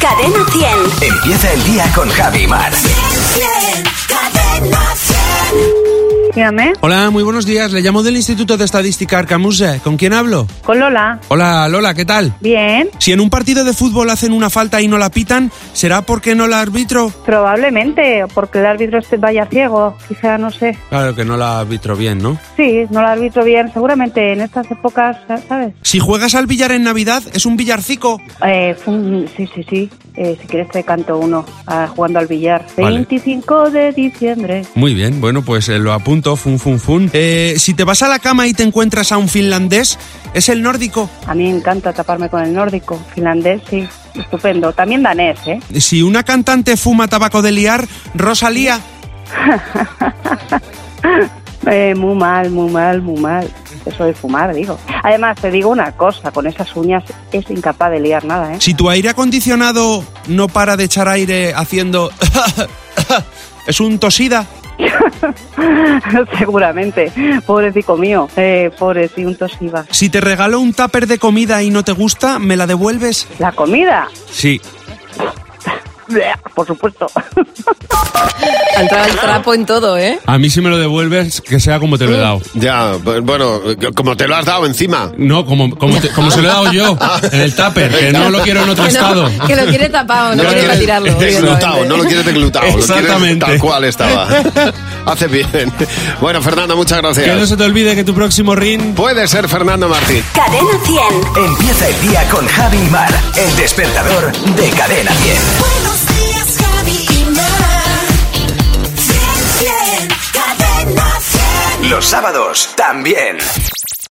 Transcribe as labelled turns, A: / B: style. A: Cadena 100.
B: Empieza el día con Javi Mar.
A: Cadena 100.
C: Dígame,
D: Hola, muy buenos días. Le llamo del Instituto de Estadística Arcamuse. ¿Con quién hablo?
C: con Lola.
D: Hola, Lola, ¿qué tal?
C: Bien,
D: Si en un partido de fútbol hacen una falta y no la pitan, ¿será porque no la arbitro?
C: probablemente, porque el árbitro este vaya ciego, quizá, no sé.
D: Claro que no la arbitro bien, ¿no?
C: Sí, no lo arbitro bien, seguramente en estas épocas, ¿sabes?
D: Si juegas al billar en Navidad, es un billarcico.
C: Eh, fum, sí, sí, sí, Eh, si quieres te canto uno, ah, jugando al billar.
D: Vale.
C: 25 de diciembre.
D: Muy bien, bueno, pues eh, lo apunto, fun, fun, fun. Eh, si te vas a la cama y te encuentras a un finlandés, es el nórdico.
C: A mí me encanta taparme con el nórdico, finlandés, sí, estupendo. También danés, ¿eh?
D: Si una cantante fuma tabaco de liar, Rosalía.
C: Eh, muy mal, muy mal, muy mal. Eso de fumar, digo. Además, te digo una cosa, con esas uñas es incapaz de liar nada, ¿eh?
D: Si tu aire acondicionado no para de echar aire haciendo... es un tosida.
C: Seguramente, pobrecico mío, eh, pobrecito un tosiva.
D: Si te regalo un tupper de comida y no te gusta, ¿me la devuelves?
C: La comida,
D: Sí.
C: Bleh, por supuesto.
E: Ha entrado el trapo en todo, ¿eh?
D: A mí si me lo devuelves, que sea como te lo he dado.
F: Ya, pues, bueno, como te lo has dado encima.
D: No, como, como, te- como se lo he dado yo, en el tupper, que no lo quiero en otro
E: Que no-
D: estado.
E: que lo quiere tapado, no,
F: lo
E: quiere
F: quieres
E: para tirarlo.
F: Desglutado,
E: evidentemente.
F: no lo quieres deglutado. lo quieres
D: Exactamente.
F: Tal cual estaba. Hace bien. Bueno, Fernando, muchas
D: Que no
F: gracias.
D: se te olvide que tu próximo ring...
F: Puede ser Fernando Martín.
A: Cadena 100.
B: Empieza el día con Javi Mar. El despertador de Cadena 10.
G: Buenos días, Javi y Mar. Bien, bien, cadena 100.
B: Los sábados también.